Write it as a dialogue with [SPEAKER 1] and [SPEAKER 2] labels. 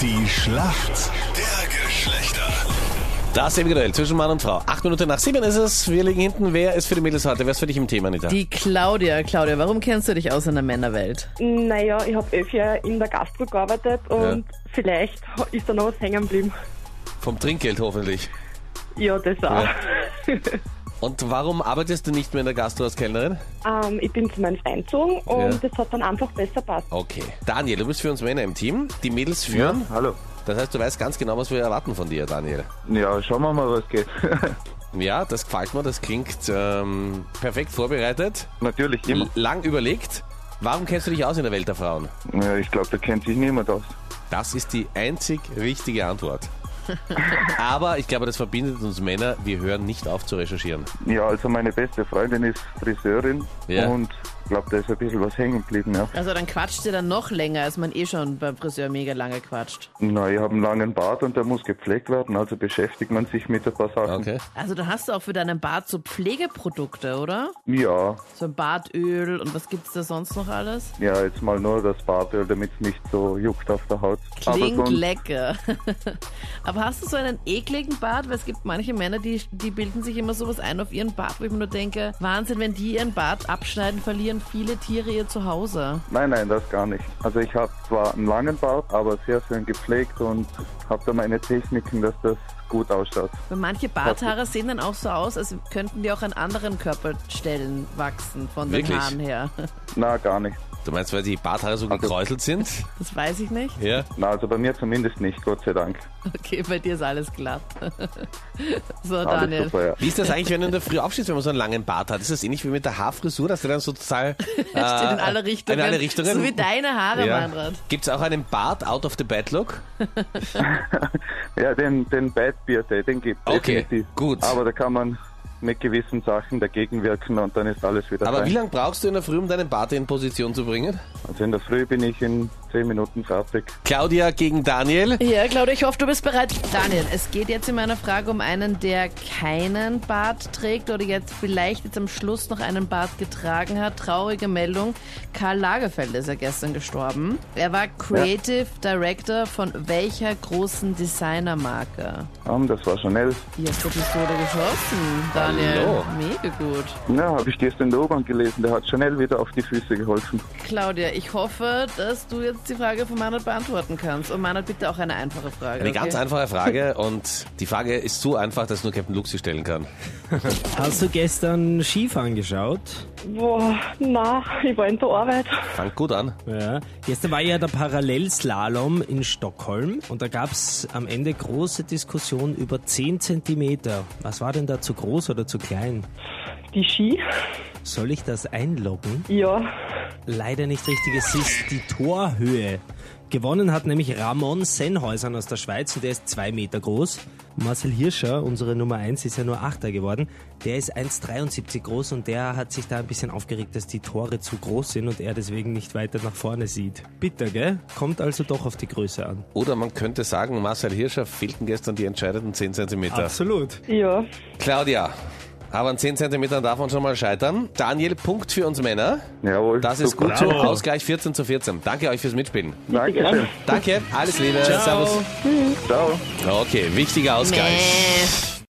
[SPEAKER 1] Die Schlacht der Geschlechter.
[SPEAKER 2] Das individuell zwischen Mann und Frau. Acht Minuten nach sieben ist es. Wir liegen hinten. Wer ist für die Mädels heute? Wer ist für dich im Thema, Anita?
[SPEAKER 3] Die Claudia. Claudia, warum kennst du dich aus in der Männerwelt?
[SPEAKER 4] Naja, ich habe elf Jahre in der Gastro gearbeitet und vielleicht ist da noch was hängen geblieben.
[SPEAKER 2] Vom Trinkgeld hoffentlich.
[SPEAKER 4] Ja, das auch.
[SPEAKER 2] Und warum arbeitest du nicht mehr in der Gastro als Kellnerin?
[SPEAKER 4] Ähm, ich bin zu meinem Freund gezogen und
[SPEAKER 2] Ja.
[SPEAKER 4] das hat dann einfach besser passt.
[SPEAKER 2] Okay. Daniel, du bist für uns Männer im Team. Die Mädels
[SPEAKER 5] Ja,
[SPEAKER 2] führen.
[SPEAKER 5] hallo.
[SPEAKER 2] Das heißt, du weißt ganz genau, was wir erwarten von dir, Daniel.
[SPEAKER 5] Ja, schauen wir mal, was geht.
[SPEAKER 2] Ja, das gefällt mir. Das klingt ähm, perfekt vorbereitet.
[SPEAKER 5] Natürlich, immer.
[SPEAKER 2] Lang überlegt. Warum kennst du dich aus in der Welt der Frauen?
[SPEAKER 5] Ja, ich glaube, da kennt sich niemand aus.
[SPEAKER 2] Das ist die einzig richtige Antwort. Aber ich glaube, das verbindet uns Männer. Wir hören nicht auf zu recherchieren.
[SPEAKER 5] Ja, also meine beste Freundin ist Friseurin
[SPEAKER 2] Ja.
[SPEAKER 5] und glaube, da ist ein bisschen was hängen geblieben. Ja.
[SPEAKER 3] Also dann quatscht ihr dann noch länger, als man eh schon beim Friseur mega lange quatscht.
[SPEAKER 5] Na, ich habe einen langen Bart und der muss gepflegt werden, also beschäftigt man sich mit ein paar Sachen.
[SPEAKER 2] Okay.
[SPEAKER 3] Also du hast auch für deinen Bart so Pflegeprodukte, oder?
[SPEAKER 5] Ja,
[SPEAKER 3] So ein Bartöl und was gibt's da sonst noch alles?
[SPEAKER 5] ja, jetzt mal nur das Bartöl, damit es nicht so juckt auf der Haut.
[SPEAKER 3] Klingt
[SPEAKER 5] Aber sonst,
[SPEAKER 3] lecker. Aber hast du so einen ekligen Bart? Weil es gibt manche Männer, die, die bilden sich immer sowas ein auf ihren Bart, wo ich mir nur denke, Wahnsinn, wenn die ihren Bart abschneiden, verlieren viele Tiere ihr Zuhause.
[SPEAKER 5] nein, nein, das gar nicht. Also ich habe zwar einen langen Bart, aber sehr schön gepflegt und habe da meine Techniken, dass das gut ausschaut.
[SPEAKER 3] Weil manche Barthaare sehen dann auch so aus, als könnten die auch an anderen Körperstellen wachsen von den
[SPEAKER 2] Wirklich?
[SPEAKER 3] Haaren her.
[SPEAKER 5] Na, gar nicht.
[SPEAKER 2] Du meinst, weil die Barthaare so gekräuselt sind?
[SPEAKER 3] Das weiß ich nicht.
[SPEAKER 2] Ja.
[SPEAKER 5] Na, also bei mir zumindest nicht, Gott sei Dank.
[SPEAKER 3] Okay, bei dir ist alles glatt. So,
[SPEAKER 5] Alles
[SPEAKER 3] Daniel.
[SPEAKER 5] super, ja.
[SPEAKER 2] Wie ist das eigentlich, wenn du in der Früh aufstehst, wenn man so einen langen Bart hat? Ist das ähnlich wie mit der Haarfrisur, dass du dann so total... Äh, in
[SPEAKER 3] Steht in alle Richtungen.
[SPEAKER 2] In alle Richtungen?
[SPEAKER 3] So wie deine Haare, Meinrad.
[SPEAKER 2] Gibt es auch einen Bart out of the bed look?
[SPEAKER 5] Ja, den, den Bad Beer Day, den gibt
[SPEAKER 2] Okay,
[SPEAKER 5] definitiv.
[SPEAKER 2] gut.
[SPEAKER 5] Aber da kann man mit gewissen Sachen dagegen wirken und dann ist alles wieder
[SPEAKER 2] Aber wie
[SPEAKER 5] fein.
[SPEAKER 2] lange brauchst du in der Früh, um deinen Bart in Position zu bringen?
[SPEAKER 5] Also in der Früh bin ich in 10 Minuten fertig.
[SPEAKER 2] Claudia gegen Daniel.
[SPEAKER 3] Ja, Claudia, ich hoffe, du bist bereit. Daniel, es geht jetzt in meiner Frage um einen, der keinen Bart trägt oder jetzt vielleicht jetzt am Schluss noch einen Bart getragen hat. Traurige Meldung. Karl Lagerfeld ist ja gestern gestorben. Er war Creative Director von welcher großen Designermarke?
[SPEAKER 5] Um, das war schon elf.
[SPEAKER 3] Hier hast du die Pistole geschossen, Daniel.
[SPEAKER 2] Hallo.
[SPEAKER 3] Mega gut.
[SPEAKER 5] Na, habe ich gestern in der U-Bahn gelesen, der hat Chanel wieder auf die Füße geholfen.
[SPEAKER 3] Claudia, ich hoffe, dass du jetzt die Frage von Manfred beantworten kannst. Und Manfred, bitte auch eine einfache Frage.
[SPEAKER 2] Eine
[SPEAKER 3] okay?
[SPEAKER 2] ganz einfache Frage und die Frage ist so einfach, dass nur Captain Luke sie stellen kann.
[SPEAKER 6] Hast du gestern Skifahren geschaut?
[SPEAKER 4] Boah, na, ich war in der Arbeit.
[SPEAKER 2] Fangt gut an.
[SPEAKER 6] Ja. Gestern war ja der Parallelslalom in Stockholm und da gab's am Ende große Diskussion über 10 Zentimeter. Was war denn da zu groß oder zu klein?
[SPEAKER 4] Die Ski?
[SPEAKER 6] Soll ich das einloggen?
[SPEAKER 4] Ja.
[SPEAKER 6] Leider nicht richtig, es ist die Torhöhe. Gewonnen hat nämlich Ramon Sennhäusern aus der Schweiz und der ist zwei Meter groß. Marcel Hirscher, unsere Nummer eins, ist ja nur Achter geworden. Der ist 1,73 groß und der hat sich da ein bisschen aufgeregt, dass die Tore zu groß sind und er deswegen nicht weiter nach vorne sieht. Bitter, gell? Kommt also doch auf die Größe an.
[SPEAKER 2] Oder man könnte sagen, Marcel Hirscher fehlten gestern die entscheidenden 10 Zentimeter.
[SPEAKER 6] Absolut.
[SPEAKER 4] Ja.
[SPEAKER 2] Claudia, aber an 10 Zentimetern darf man schon mal scheitern. Daniel, Punkt für uns Männer.
[SPEAKER 5] Jawohl.
[SPEAKER 2] Das ist
[SPEAKER 5] super.
[SPEAKER 2] gut so. Ausgleich 14 zu 14. Danke euch fürs Mitspielen.
[SPEAKER 5] Dankeschön.
[SPEAKER 2] Danke, alles Liebe. Servus.
[SPEAKER 5] Ciao.
[SPEAKER 2] Okay, wichtiger Ausgleich.
[SPEAKER 3] Äh.